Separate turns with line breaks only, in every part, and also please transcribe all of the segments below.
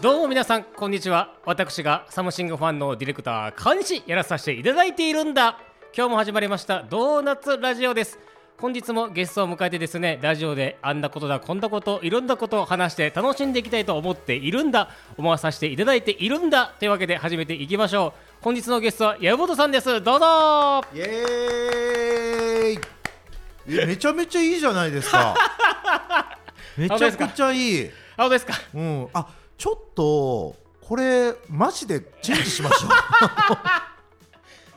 どうも皆さんこんにちは私がサムシングファンのディレクター川西やらさせていただいているんだ今日も始まりましたドーナツラジオです本日もゲストを迎えてですねラジオであんなことだこんなこといろんなことを話して楽しんでいきたいと思っているんだ思わさせていただいているんだというわけで始めていきましょう本日のゲストは矢本さんですどうぞ
イエーイえめちゃめちゃいいじゃないで すかめちゃくちゃいい
あそうですか
うん、あちょっとこれマジでチェンジしましょ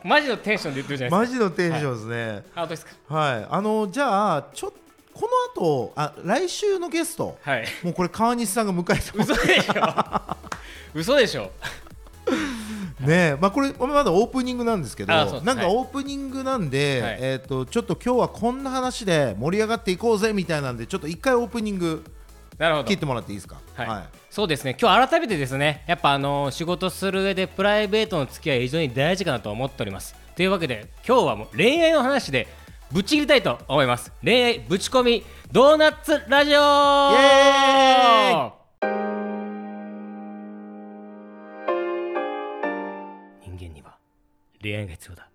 マジのテンションで言ってるじゃ
う
ないで
マジのテンションですね
すかあそうですか
はい、あのじゃあちょこの後あ来週のゲスト、
はい
もうこれ川西さんが迎えてます
嘘でしょ嘘でしょ
ねまあこれまだオープニングなんですけど
あそうです
なんか
はい
オープニングなんで、
はい
えっ、とちょっと今日はこんな話で盛り上がっていこうぜみたいなんでちょっと一回オープニング
なるほど
切ってもらっていいですか
はい、そうですね今日改めてですねやっぱあのー仕事する上でプライベートの付き合い非常に大事かなと思っておりますというわけで今日はもう恋愛の話でぶち切りたいと思います恋愛ぶち込みドーナツラジオイエ
ー
人間には恋愛が必要だ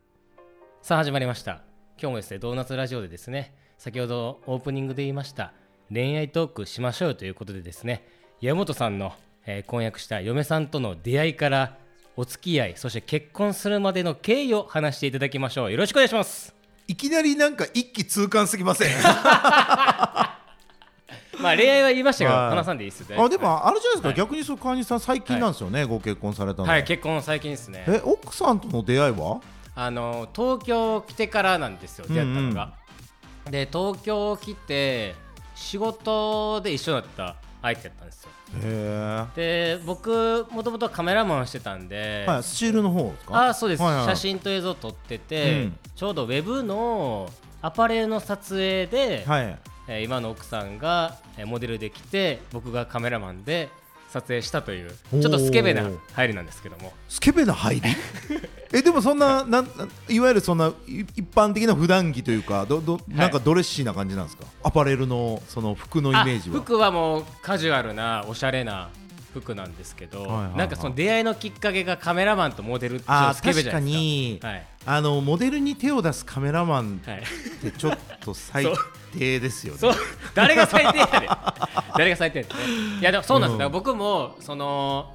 さあ始まりました今日もですねドーナツラジオでですね先ほどオープニングで言いました恋愛トークしましょうということでですね山本さんの、えー婚約した嫁さんとの出会いからお付き合いそして結婚するまでの経緯を話していただきましょうよろしくお願いします
いきなりなんか一気通貫すぎません
まあ恋愛は言いましたけど
はい
話さんでいいですよ
あでもあれじゃないですか、
はい
逆にそう川西さん最近なんですよね、ご結婚されたの、
はい結婚最近ですね
え奥さんとの出会いは
あの東京来てからなんですよ出会ったのが、で東京来て仕事で一緒だった相手だったんですよ
へ
で僕もともとカメラマンしてたんで、
え、はい、スチールの方ですか
あそうです、
はいはい
写真と映像を撮ってて、
うん
ちょうどウェブのアパレルの撮影で、
はい
えー今の奥さんがえーモデルで来て僕がカメラマンで撮影したというちょっとスケベな
おー
入りなんですけども
スケベな入り えでもそんななんいわゆるそんない一般的な普段着というかどどなんかドレッシーな感じなんですか、アパレルのその服のイメージ
あ
は
服はもうカジュアルなおしゃれな服なんですけど、
いはいはい
なんかその出会いのきっかけがカメラマンとモデルってちょっ
あ
と
ー
スケベじ
確
ゃ
か
ないで
に
す、かはい
あのモデルに手を出すカメラマン
はい
ってちょっと最
そう
低ですよ
そ
ね
う 誰が最低やねん 誰が最低やねんいやでもそうなんです、
うん
だから僕もその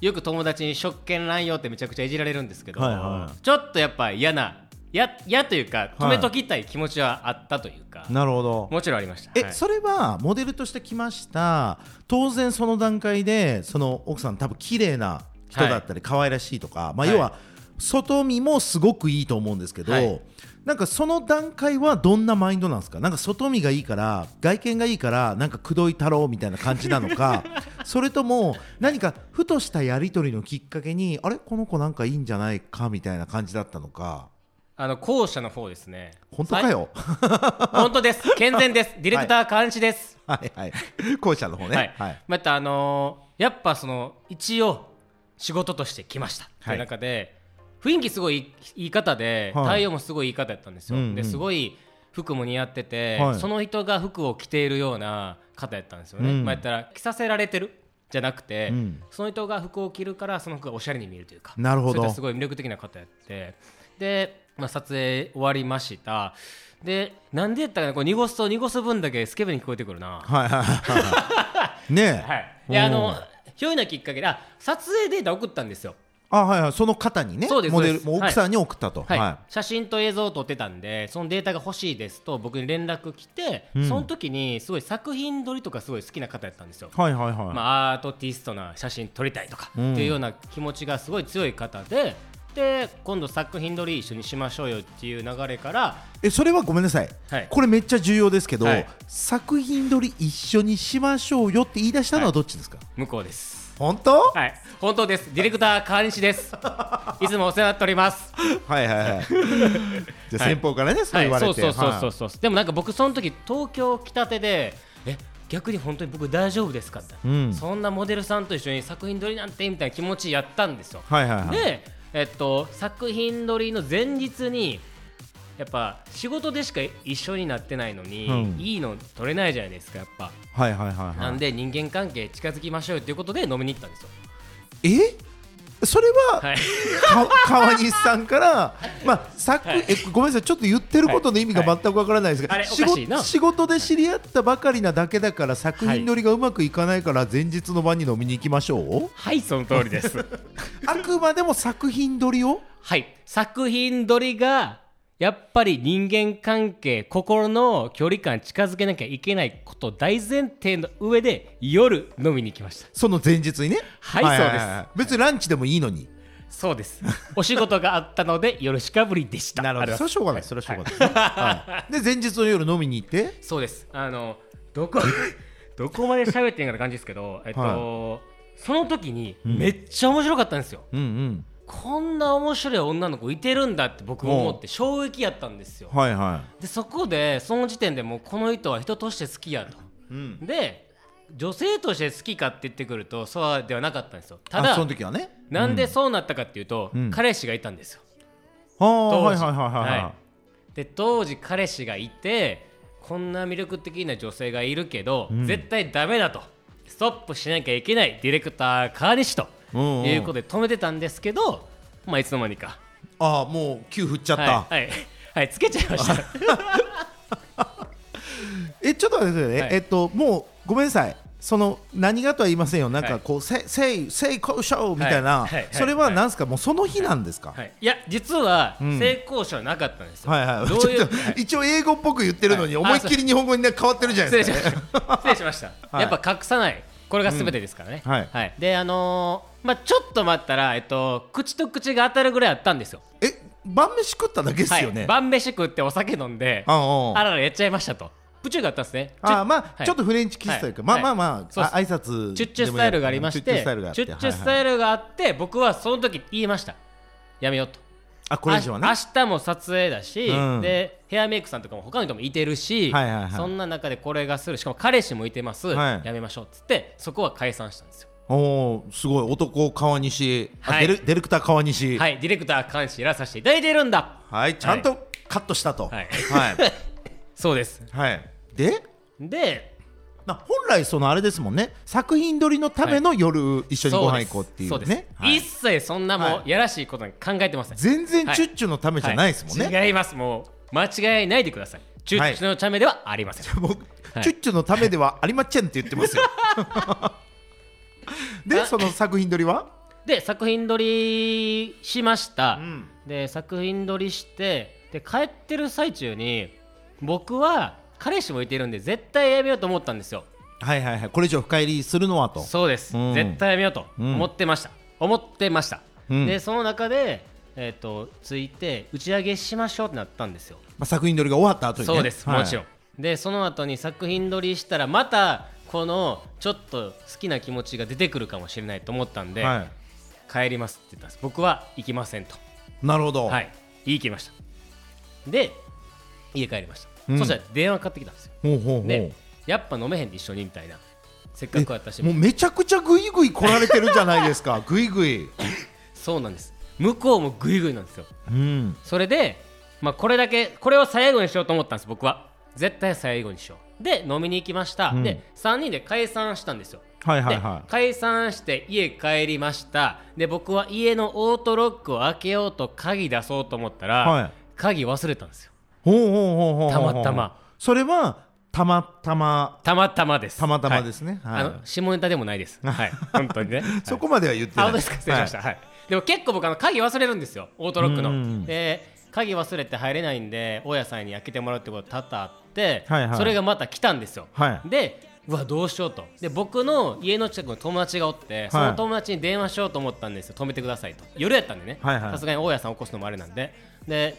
よく友達に職権乱用ってめちゃくちゃいじられるんですけど、
はいはい
ちょっとやっぱ嫌なや嫌というか止めときたい気持ちはあったというか、
なるほど
もちろんありました
え、
はい
それはモデルとして来ました当然その段階でその奥さん多分綺麗な人だったり可愛らしいとか、まあ、
はい
要は外見もすごくいいと思うんですけど、
はい
なんかその段階はどんなマインドなんですかなんか外見がいいから外見がいいからなんか口説いたろうみたいな感じなの かそれとも何かふとしたやり取りのきっかけにあれこの子なんかいいんじゃないかみたいな感じだったのか
あの後者の方ですね
本当かよ
本当です健全 ですディレクター監視です、
はいはい後者の方ね
はい、またあのーやっぱその一応仕事として来ましたと
はい
いう中で、雰囲気すごいいい方で、
はい
対応もすごいいい方だったんですよ、
うんうん
ですごい服も似合ってて、
はい
その人が服を着ているような方やったんですよね、
うん
まあ言ったら着させられてるじゃなくて、
うん
その人が服を着るからその服がおしゃれに見えるというか
なるほ
そ
ど
ういったすごい魅力的な方やってで、まあ、撮影終わりましたでなんでやったかなこう濁すと濁す分だけスケベに聞こえてくるな
はいはいはいはい。ね え。
はい、であ
う
の
ん
ひょいなきっかけであ撮影データ送ったんですよ、
あはいはいその方にね。
そうです
モデル
そうです
もう奥さんに送ったと。
はい
は
写真と映像を撮ってたんでそのデータが欲しいですと僕に連絡来て、
うん
その時にすごい作品撮りとかすごい好きな方やったんですよ、
いはいはいはい。
まあ、アートティストな写真撮りたいとか、
うん
っていうような気持ちがすごい強い方でで今度作品撮り一緒にしましょうよっていう流れから
えそれはごめんなさい。
はい
これめっちゃ重要ですけど、
はい
作品撮り一緒にしましょうよって言い出したのはどっちですか。
向こうです
本当？は
はい本当ですディレクター川西です いつもお世話になっております
いは いはい。
は
じゃあ
い
先方からねそう言われて。
はい、そうそうそう
はい
そうそう、でもなんか僕その時東京来たてでえ逆に本当に僕大丈夫ですかって、
うん
そんなモデルさんと一緒に作品撮りなんてみたいな気持ちやったんですよ、
はいはいはい。
でえっと作品撮りの前日にやっぱ仕事でしか一緒になってないのに、
うん
いいの取れないじゃないですかやっぱ、
はいはいはい
な
は
ん
い
で人間関係近づきましょうよっていうことで飲みに行ったんですよ
えそれは、
はい
か川西さ んから、まあ、さっくえごめんなさいちょっと言ってることの意味が全くわからないですが、
はいはいあれ
仕
おかしいな
事仕事で知り合ったばかりなだけだから作品撮りがうまくいかないから前日の晩に飲みに行きましょう、
はいその通りです
あくまでも作品撮りを
はい作品撮りがやっぱり人間関係心の距離感近づけなきゃいけないこと大前提の上で夜飲みに行きました
その前日にね
はい
す別にランチでもいいのに
そうですお仕事があったので夜しかぶりでした
なるほど
あ
それ
りがとうござい
は
ます
しょうがないそれはしょうがないですね、はいで前日の夜飲みに行って
そうです。あのど こどこまで喋ってんかな感じですけど、えっと、
は
その時に
うん
めっちゃ面白かったんですよ。
うん
こんな面白い女の子いてるんだって僕も思って衝撃やったんですよ
うん。はいは
でそこでその時点でもうこの人は人として好きやと。
い、うん、
で女性として好きかって言ってくるとそうではなかったんですよ。た
あそ
だ
の時はね
なんでそうなったかっていうと、
うん
彼氏がいたんですよ。
ああ
当
はい
時
はいはいはい、は
で当時彼氏がいてこんな魅力的な女性がいるけど、
うん
絶対ダメだとストップしなきゃいけないディレクター川西と
いうんうん
いうことで止めてたんですけど、まあいつの間にか
ああもう急振っちゃった、
はいはい、はい、つけちゃい ました
えちょっと待ってくださいね、
はい
えっともうごめんなさいその何がとは言いませんよなん
は
か
い
こう、せせいせいこうしょうみたいな、
はいはいはい
それはなんですか、もうその日なんですか、
はい、いや実は
ん
性交渉はなかったんですよ、
はいはい、
どうい
ち
う
ょっと
はい
一応英語っぽく言ってるのに、
はい
思いっきり日本語にね変わってるじゃない
失
で
礼
す
し
か、
まし
ね、
た失礼しました、
はい
やっぱ隠さないこれが全てですからね、
うんはい
であのーまあちょっと待ったら、えっと、口と口が当たるぐらいあったんですよ
え晩飯食っただけですよ
は
ね、
い、晩飯食ってお酒飲んで
あ
あ
ああ
ららやっちゃいましたとプチューがあったんですねチュ
ああまあ、
はい
ちょっとフレンチキスというか、
はい
まあまあまあ,、
はい
あ挨拶
チュッチュスタイルがありまして
チュッチュスタイルがあって
チュッチュス
は
タイ
いはい
ルがあって僕はその時言いましたやめようと
あこれ以上はね
あ明日も撮影だし、
うん
でヘアメイクさんとかも他の人もいてるし、
はいはいはい
そんな中でこれがするしかも彼氏もいてます、
はい
やめましょうっつってそこは解散したんですよ
おおーすごい男川西、あ
はい
デルディレクター川西
はいディレクター監視やらさせていただいているんだ
はい、ちゃんとカットしたと。
はい
はい。
そうです
はいで、
で
な本来そのあれですもんね、作品撮りのための夜、一緒にご飯行こうってい
そう
う
です
ね。はい
一切そんなも
は
うやらしいことなんか考えてません、
全然チュッチュのためじゃないですもんね。
はい違いますもう間違いないでくださいチュッチュのためではありません、
僕、
はい
チュッチュのためではありませんって言っ てますよ。で、その作品撮りは、
で作品撮りしました、
ん
で作品撮りしてで帰ってる最中に僕は彼氏もいてるんで絶対やめようと思ったんですよ
はいはいはい、これ以上深入りするのはと。
そうです、
うん
絶対やめようと思ってました、思ってました、
うん
でその中でえっ、とついて打ち上げしましょうってなったんですよ
まあ、作品撮りが終わった後に、ね。
そうです、
はい
もちろん。でその後に作品撮りしたらまたこのちょっと好きな気持ちが出てくるかもしれないと思ったんで、
は
帰りますって言ったんです僕は行きませんと
い。なるほど。
はい言い切りましたで家帰りました、
うん
そしたら電話かかってきたんですよ
ほうほうほう。
でやっぱ飲めへんで一緒にみたいなせっかくやったし
えもうめちゃくちゃグイグイ来られてるじゃないですか。グイグイ。
そうなんです向こうもグイグイなんですよ
うん。
それで、まあ、これだけこれを最後にしようと思ったんです僕は絶対最後にしようで飲みに行きました、
うん
で3人で解散したんですよ
はい
で解散して家帰りましたで僕は家のオートロックを開けようと鍵出そうと思ったら、
はい
鍵忘れたんですよ
ほうほうほうほうほう
たまたま
それはたまたま
たまたまです
たまたまですね
はい
はい
あの下ネタでもない ですはい本当にね、はい
そこまでは言って
あ
な
本
い
当ですか失礼しました、はいでも結構僕あの鍵忘れるんですよオートロック
うんうんうん
ので鍵忘れて入れないんで大家さんに開けてもらうってこと多々あって、
はいはい
それがまた来たんですよ、
はい
でうわどうしようとで僕の家の近くの友達がおってその友達に電話しようと思ったんですよ止めてくださいと夜やったんでね
はいはい
さすがに大家さん起こすのもあれなんでで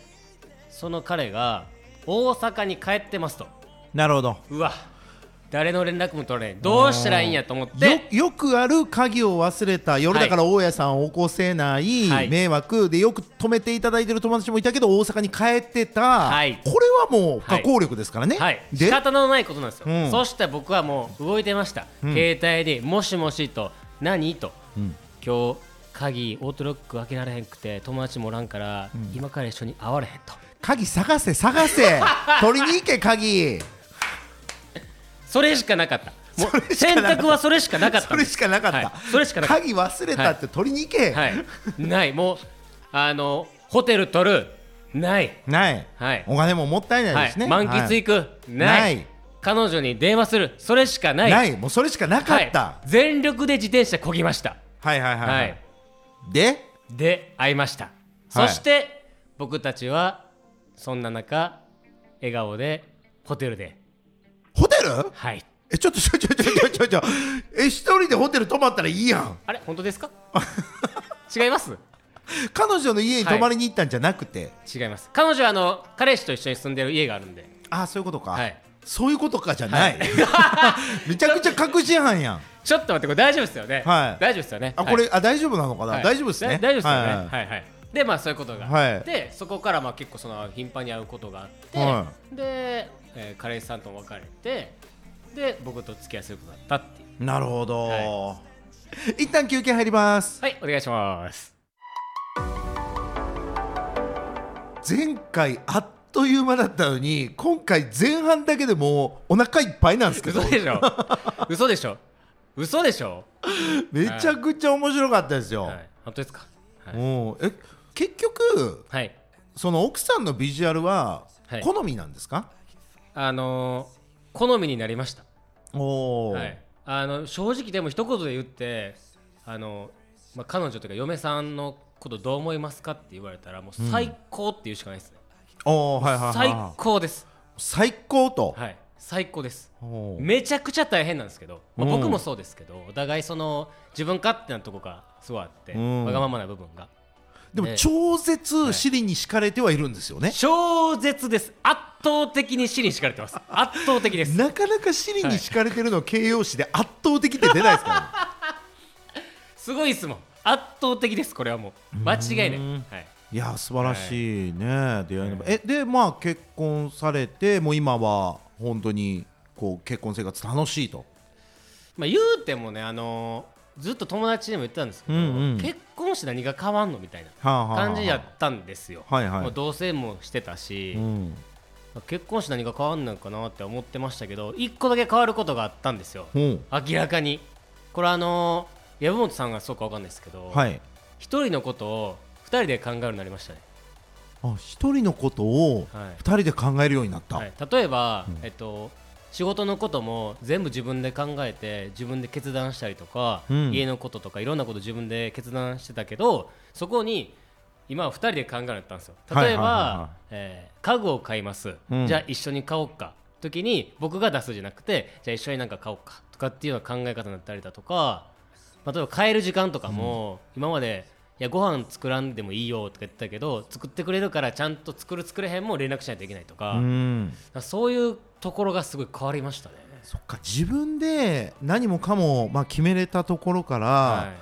その彼が大阪に帰ってますと
なるほど
うわ誰の連絡も取れないどうしたらいいんやと思って
よよくある鍵を忘れた夜だから大家さんを起こせない
はい
迷惑でよく止めていただいてる友達もいたけど大阪に帰ってた、
はい
これはもう不可抗力ですからね、
はい、仕
で
方のないことなんですよ、
うん
そして僕はもう動いてました、
ん
携帯で「もしもし」と「何?」と「
ん
今日鍵オートロック開けられへんくて友達もおらんから、今から一緒に会われへん」と
鍵探せ 探せ取りに行け鍵
それしかなかったも
それ
う
しか
選
なかった
択はそれしかなかった
それしかなかった、
はいそれしかなかっ
鍵忘れたって取りに行け、
た、はい、ないもうあのホテル取るない
ない、
はい
お金ももったいない
は
ですね、
い、満喫行く、ない
ない
彼女に電話するそれしかない
ないもうそれしかなかった、
はい、全力で自転車こぎました
はい、はいはい
は、
はいいで
で会いました、
は
そ
い
して僕たちはそんな中笑顔でホテルで
ホテル
はい
えちょっとちょちょちょちょちょちょえ一人でホテル泊まったらいいやん
あれ本当です か違います
彼女の家に泊まりに行ったんじゃなくて、
違います彼女はあの彼氏と一緒に住んでる家があるんで
ああそういうことか、
はい
そういうことかじゃない、 めちゃくちゃ確信犯やん
ちょっと待ってこれ大丈夫ですよね、
はい
大丈夫ですよね
あこれ、
はい
あ大丈夫なのかな、
はい
大丈夫ですね
だ大丈夫ですよね
は
は
い
いはいでまあそういうことが、
はい
でそこからまあ結構その頻繁に会うことがあって、
は
で、えー彼氏さんとも別れてで僕と付き合いすることになったっていう
なるほど、
は
一旦休憩入ります
はいお願いします
前回あっという間だったのに今回前半だけでもうお腹いっぱいなんで すけど
嘘でしょ嘘でしょ嘘でしょ、
めちゃくちゃ面白かったですよ、
はい、本当ですかはい、
もうえ結局
はい、
その奥さんのビジュアルは
はい
好みなんですか、
あのー好みになりました
おお、
はい、あの正直でも一言で言ってあの、まあ、彼女というか嫁さんのことどう思いますかって言われたらもう最高っていうしかないですね、
おおはいはいはい
最
はい
高です
最高と、
はい最高です
おー
めちゃくちゃ大変なんですけど、まあ
うん
僕もそうですけどお互いその自分勝手なとこがすごいあって、
うん
わがままな部分が
でも
ね
超絶尻に敷かれてはいるんですよね、
超絶です圧倒的に死に敷かれてます圧倒的です
なかなか尻に敷かれてるの形容詞で圧倒的って出ないですから、ね、
すごいですもん圧倒的ですこれはもう間違いない、はい、
いや素晴らしいね、出会いの場えでまあ結婚されてもう今は本当にこう結婚生活楽しいと
まあ、言うてもね、あのーずっと友達にも言ってたんですけど、
うんうん
結婚して何が変わんのみたいな
はあはあはあ
感じやったんですよ。
はいはい
もう同棲もしてたし、
うん
まあ結婚して何が変わんのかなって思ってましたけど一個だけ変わることがあったんですよ、
ほう
明らかに。これあのー籔本さんがそうかわかんないですけど、
はい
一人のことを二人で考えるようになりましたね。
あ一人のことを
はい
二人で考えるようになった、
はい、例えば、えっと仕事のことも全部自分で考えて自分で決断したりとか、
うん
家のこととかいろんなこと自分で決断してたけどそこに今は2人で考えるようになったんですよ
はい
例え
はいはいはい
ばえー家具を買います、
うん
じゃあ一緒に買おうか時に僕が出すじゃなくてじゃあ一緒になんか買おうかとかっていうような考え方になったりだとか例えば買える時間とかも、今までいやご飯作らんでもいいよとか言ってたけど作ってくれるからちゃんと作る作れへんも連絡しないといけないとか、
うん
だからそういうところがすごい変わりましたね。
そっか自分で何もかも、まあ、決めれたところから、
は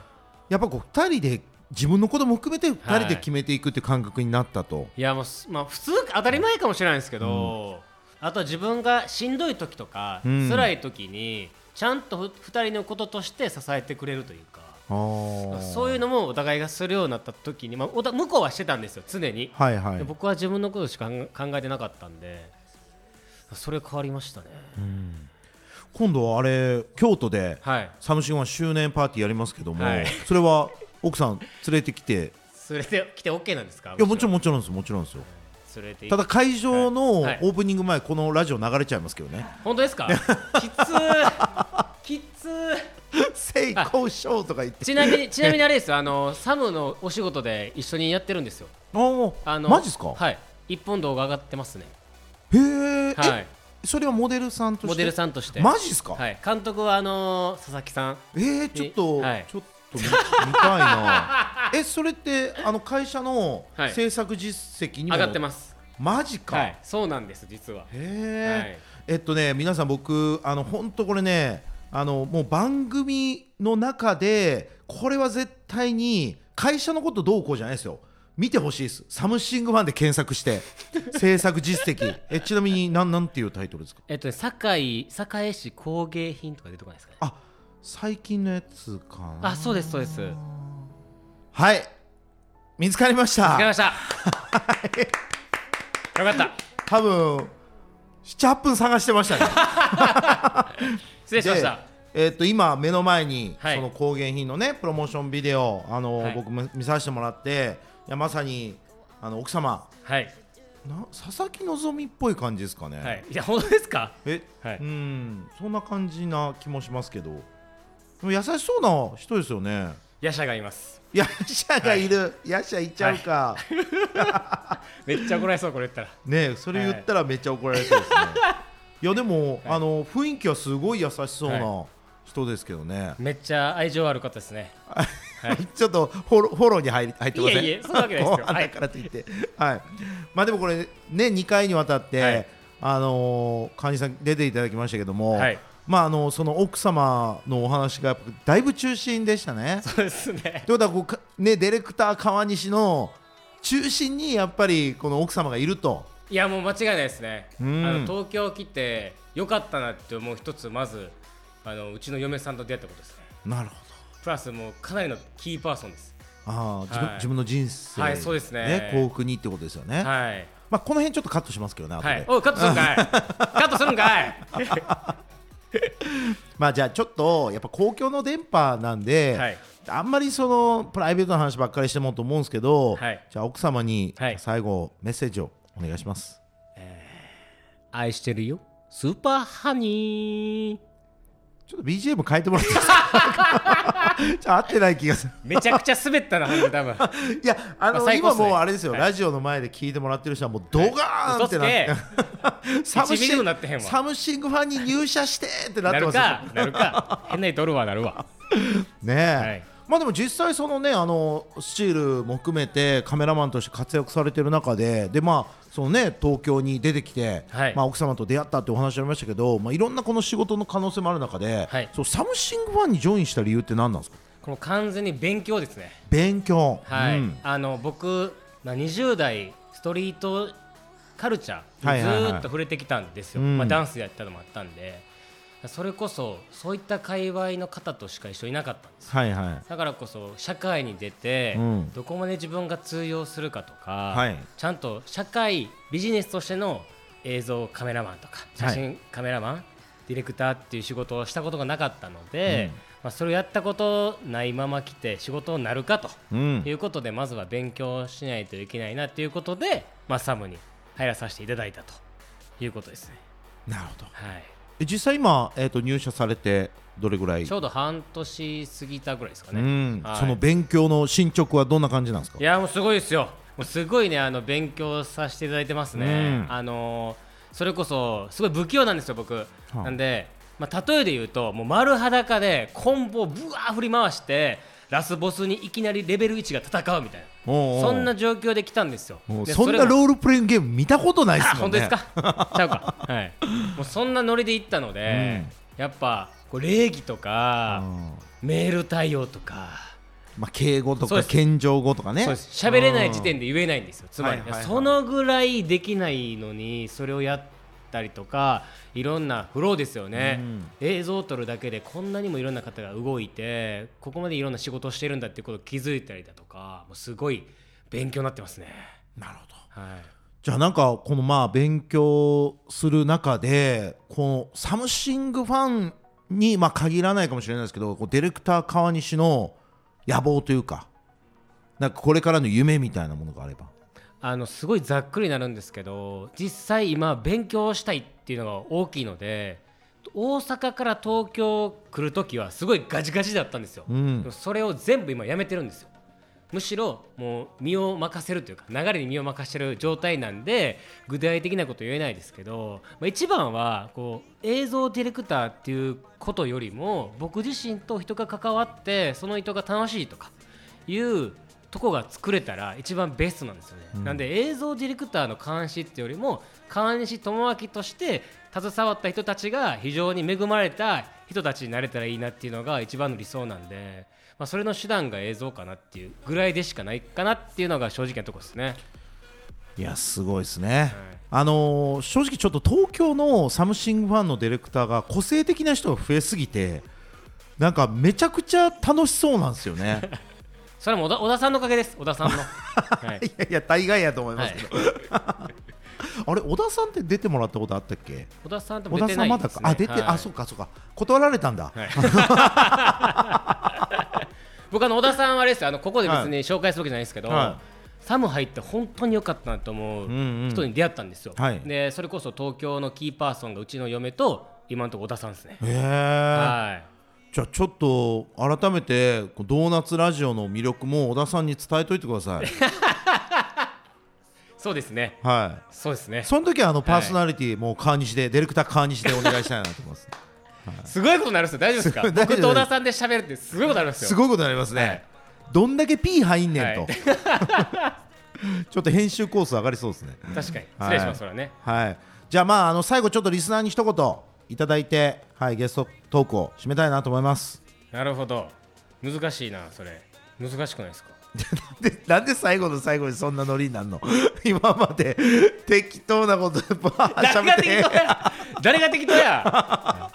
やっぱこう二人で自分のことも含めて二
は
人
い
で決めていくっていう感覚になったと、
い、いやもうすまあ普通当たり前かもしれないですけど、あとは自分がしんどい時とか、
うん
辛い時にちゃんとふ二人のこととして支えてくれるというか。
あー
そういうのもお互いがするようになった時に、まあ、おた向こうはしてたんですよ常に、
はいはい
で僕は自分のことしか考えてなかったんでそれ変わりましたね、
今度はあれ京都で
はい
サムシンは周年パーティーやりますけども、
はい
それは奥さん連れてきて
それで来て OK なんですか
いやもちろ
ん
んもちろんですもちろんですよ
連れて行
ただ会場のオ
はい
ープニング前このラジオ流れちゃいますけどね
本当ですかきつーきつー
「成功ショー」とか言って
ちな みに、ちなみにあれですよ、あの、サムのお仕事で一緒にやってるんですよ。
あ
あ
あ
の、
マジっすか、
はい。一本動画上がってますね。
へーえ、
はい。
それはモデルさんとして
モデルさんとして。
マジっすか、
はい。監督は、あのー佐々木さん。
えー、ちょっと、
はい
ちょっと見見た いなえそれってあの会社の
はい
制作実績にも、
上がってます。
マジか、
はい。そうなんです、実は。
へ
はい
え、えっとね皆さん僕あの本当これねあのもう番組の中でこれは絶対に会社のことどうこうじゃないですよ見てほしいですサムシングファンで検索 して制作実績えちなみになんなんていうタイトルですか
えっとね、堺、堺市工芸品とか出てこないですかね。
あ最近のやつかな
あ、そうです、そうです。わ
はい見つかりました
かりました。よかった
多分78分探してましたね
失礼しました
でえー、と今目の前に
はい
その工芸品のねプロモーションビデオ、あの
はい
僕も見させてもらっていやまさにあの奥様
はい
な佐々木希っぽい感じですかね、
はいいや本当ですか
え、
はい
うんそんな感じな気もしますけどでも優しそうな人ですよね
ヤシャがいます
ヤシャがいる、ヤシャいっちゃうか、
めっちゃ怒られそうこれ言ったら
ねそれ言ったらめっちゃ怒られそうですね、い、やでも、あの雰囲気はすごい優しそうな人ですけどね、
めっちゃ愛情ある方ですね
ちょっとフォローフォローに入り入ってません
いえいえそんなわけない ですよ
あだからといってはいまあでもこれね2回にわたって、
はい
あのー、患者さん出ていただきましたけども、
はい
まああのその奥様のお話がやっぱだいぶ中心でしたね
そうですね
ということはこうかねディレクター川西の中心にやっぱりこの奥様がいると
いやもう間違いないですね、
うん
あの東京来てよかったなって思う一つまずあのうちの嫁さんと出会ったことですね
なるほど
プラスもうかなりのキーパーソンです
ああ、自分
はい
自分の人生、
はいそうですね
幸福にってことですよね、
はい
まあこの辺ちょっとカットしますけどね後で、
はいおいカットするん かいカットするんかい
まあじゃあちょっとやっぱ公共の電波なんで、
はい
あんまりそのプライベートの話ばっかりしてもと思うんですけど、
はい
じゃあ奥様に
はい
最後メッセージをお願いします、
愛してるよスーパーハニー
ちょっと BGM 変えてもらっていいですか ちょっと合ってない気がする
めちゃくちゃ滑ったなほんで多分
いや あの、
まあ最高
今
っすね
もうあれですよ、ラジオの前で聞いてもらってる人はもうドガーンってなって、 サム
1ミ
シ
リ
ン
もなってへんわ
サムシングファンに入社してってな
な
って
る
ますよ
かなるか変な人おるわなるわ
ねえ、
はい
まあでも実際そのねあのスチールも含めてカメラマンとして活躍されてる中ででまあそのね東京に出てきて、
はい
まあ奥様と出会ったってお話ありましたけど、まあいろんなこの仕事の可能性もある中で、
はい
そうサムシングファンにジョインした理由って何なんですか？
この完全に勉強ですね
勉強。
はい、
うん
あの僕まあ20代ストリートカルチャー
はい
にず
はいはい
ーっと触れてきたんですよ、
うん
まあ、ダンスやったのもあったんでそれこそそういった界隈の方としか一緒いなかったんです
はいは
だからこそ社会に出て、
うん
どこまで自分が通用するかとか、
はい
ちゃんと社会ビジネスとしての映像カメラマンとか写真カメラマン、ディレクターっていう仕事をしたことがなかったので、まあ、それをやったことないまま来て仕事になるかと
い。うん
とい。うことでまずは勉強しないといけないなということで、まあ、サムに入らさせていただいたということですね、
なるほど。
はい、
え実際今えっ、と入社されてどれぐらい？
ちょうど半年過ぎたぐらいですか
う
ね、
ん、
はい
その勉強の進捗はどんな感じなんですか
い？やもうすごいですよもうすごいねあの勉強させていただいてますね、
うん
あのーそれこそすごい不器用なんですよ僕、なんで、まあ、例えで言うともう丸裸で棍棒をぶわー振り回してラスボスにいきなりレベル1が戦うみたいな
おうおう
そんな状況で来たんですよ
もう
で
そん
れ
な
が
ロールプレイングゲーム見たことないです
あ
も
本
ん
当
ね。
ですかちゃうか、はい、もうそんなノリで行ったので、やっぱこう礼儀とか、
うん
メール対応とか
まあ、敬語と
そうで
か
す
謙譲語とかね
そうです喋れない時点で言えないんですよつまり、
はいはいはい
そのぐらいできないのにそれをやったりとかいろんなフローですよね、
うん
映像を撮るだけでこんなにもいろんな方が動いてここまでいろんな仕事をしてるんだっていうことを気づいたりだとかもうすごい勉強になってますね、
なるほど
はい、
じゃあなんかこのまあ勉強する中でこのサムシングファンにまあ限らないかもしれないですけどこうディレクター川西の野望というかなんかこれからの夢みたいなものがあれば
あのすごいざっくりになるんですけど実際今勉強したいっていうのが大きいので大阪から東京来る時はすごいガチガチだったんですよ、
うん
でもそれを全部今やめてるんですよむしろもう身を任せるというか流れに身を任せる状態なんで具体的なこと言えないですけど、まあ、一番はこう映像ディレクターっていうことよりも僕自身と人が関わってその人が楽しいとかいうとこが作れたら一番ベストなんですよね、なんで映像ディレクターの監視ってよりも監視智明として携わった人たちが非常に恵まれた人たちになれたらいいなっていうのが一番の理想なんで、まあ、それの手段が映像かなっていうぐらいでしかないかなっていうのが正直なところですね
いやすごいですね、あのー正直ちょっと東京のサムシングファンのディレクターが個性的な人が増えすぎてなんかめちゃくちゃ楽しそうなんですよね
それも小田小田さんのおかげです小田さんの、はい
いやいや大概やと思いますけど、あれ小田さんって出てもらったことあったっけ
小田さんとも
小
出て
田さ
なんい
ま
で
だ
す、
か
ね、
あ出て、
はい
あそうかそうか断られたんだ、
僕あの小田さんはあれですよあのここで別に紹介するわけじゃないですけど、
は
サム入って本当に良かったなと思う
うんうん
人に出会ったんですよ、
はい
でそれこそ東京のキーパーソンがうちの嫁と今のところ小田さんですね、
へえ
はい
じゃあちょっと改めてこうドーナツラジオの魅力も小田さんに伝えといてください
そうですね
は
そうですね
いその時はあのパーソナリティも川西でディレクター川西でお願いしたいなと思います
すごいことになるんですよ大丈夫ですか
すごい大丈夫
僕と小田さんで喋るってすごいことになるんですよ
すごいことになりますね、
はい
どんだけ P 入んねんと、
は
ちょっと編集コース上がりそうですね
確かに失礼します、それはね
はいじゃあまああの最後ちょっとリスナーに一言いただいてはいゲストトークを締めたいなと思います
なるほど難しいなそれ難しくないですか
でなんで最後の最後にそんなノリになるの 今まで適当なこと ばーしゃ
誰が
べっ
適
て
当や誰が適当や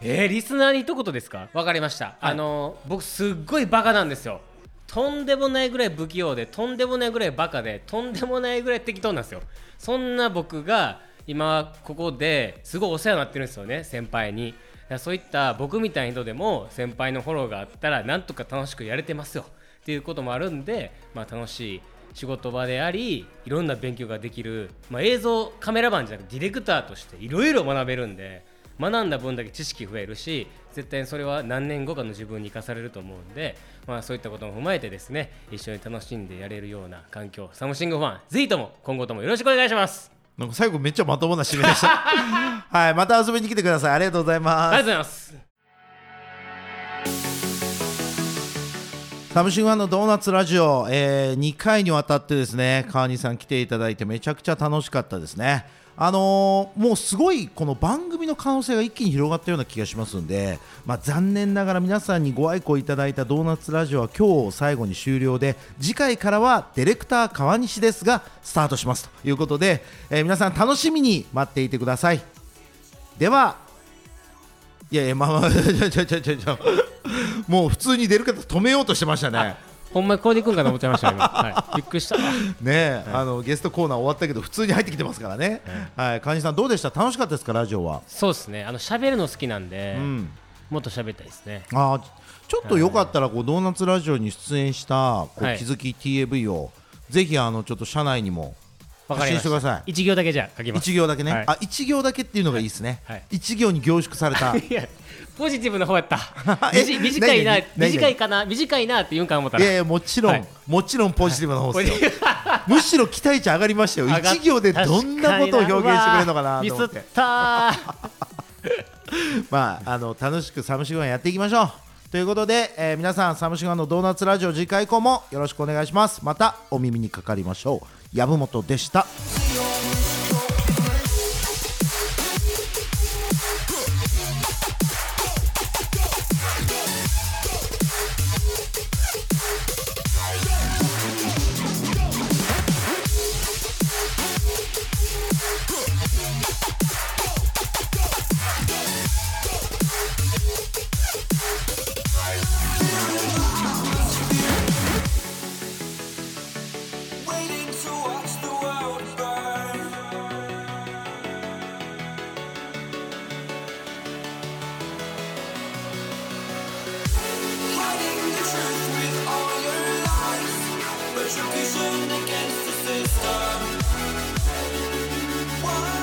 えー、リスナーに一言ですかわかりました、あのー僕すっごいバカなんですよとんでもないぐらい不器用でとんでもないぐらいバカでとんでもないぐらい適当なんですよそんな僕が今ここですごいお世話になってるんですよね先輩にだからそういった僕みたいな人でも先輩のフォローがあったらなんとか楽しくやれてますよっていうこともあるんで、まあ、楽しい仕事場でありいろんな勉強ができる、まあ、映像カメラマンじゃなくてディレクターとしていろいろ学べるんで学んだ分だけ知識増えるし絶対にそれは何年後かの自分に生かされると思うんで、まあ、そういったことも踏まえてですね一緒に楽しんでやれるような環境サムシングファンぜひとも今後ともよろしくお願いします
なんか最後めっちゃまともな締めでした はいまた遊びに来てくださいありがとうござい
ありが
ま
とうございます
すサムシングワンのドーナツラジオ、え2回にわたってですね川西さん来ていただいてめちゃくちゃ楽しかったですねあのーもうすごいこの番組の可能性が一気に広がったような気がしますんで、まあ、残念ながら皆さんにご愛顧いただいたドーナツラジオは今日を最後に終了で次回からはディレクター川西ですがスタートしますということで、えー皆さん楽しみに待っていてくださいではいやいやまあまあちょちょちょちょちょもう普通に出る方止めようとしてましたね
ほんまにこれでいくんかと思っちゃいました 今、はい、びっくりした
ねえ、あのゲストコーナー終わったけど普通に入ってきてますからね、はい川西さんどうでした楽しかったですかラジオは
そうですねあの喋るの好きなんで、
ん
もっと喋りたいですね
あーちょっとよかったらこうドーナツラジオに出演したこう
はい
気づき TAV をぜひあのちょっと社内にも
わかりました
発信してください
一行だけじゃあ書きます
一行だけね、
はい
あ一行だけっていうのがいいですね、
はい
一行に凝縮された
いやポジティブな方やった
え
短短いな
何何
短いかな短いなって言うんかな思った
い
ら
やいやもちろん、
はい
もちろんポジティブな方
こ
で
れ
すよむしろ期待値上がりましたよ
上がっ
一行でどんなことを表現してくれるのかなと思
ミ
っ
ス
て
ったー
まああの楽しくサムシグワンやっていきましょうということで、えー皆さんサムシグワンのドーナツラジオ次回以降もよろしくお願いしますまたお耳にかかりましょう籔本でした
Waiting to watch the world burn. Hiding the truth with all your lies, persecution against the system. Why?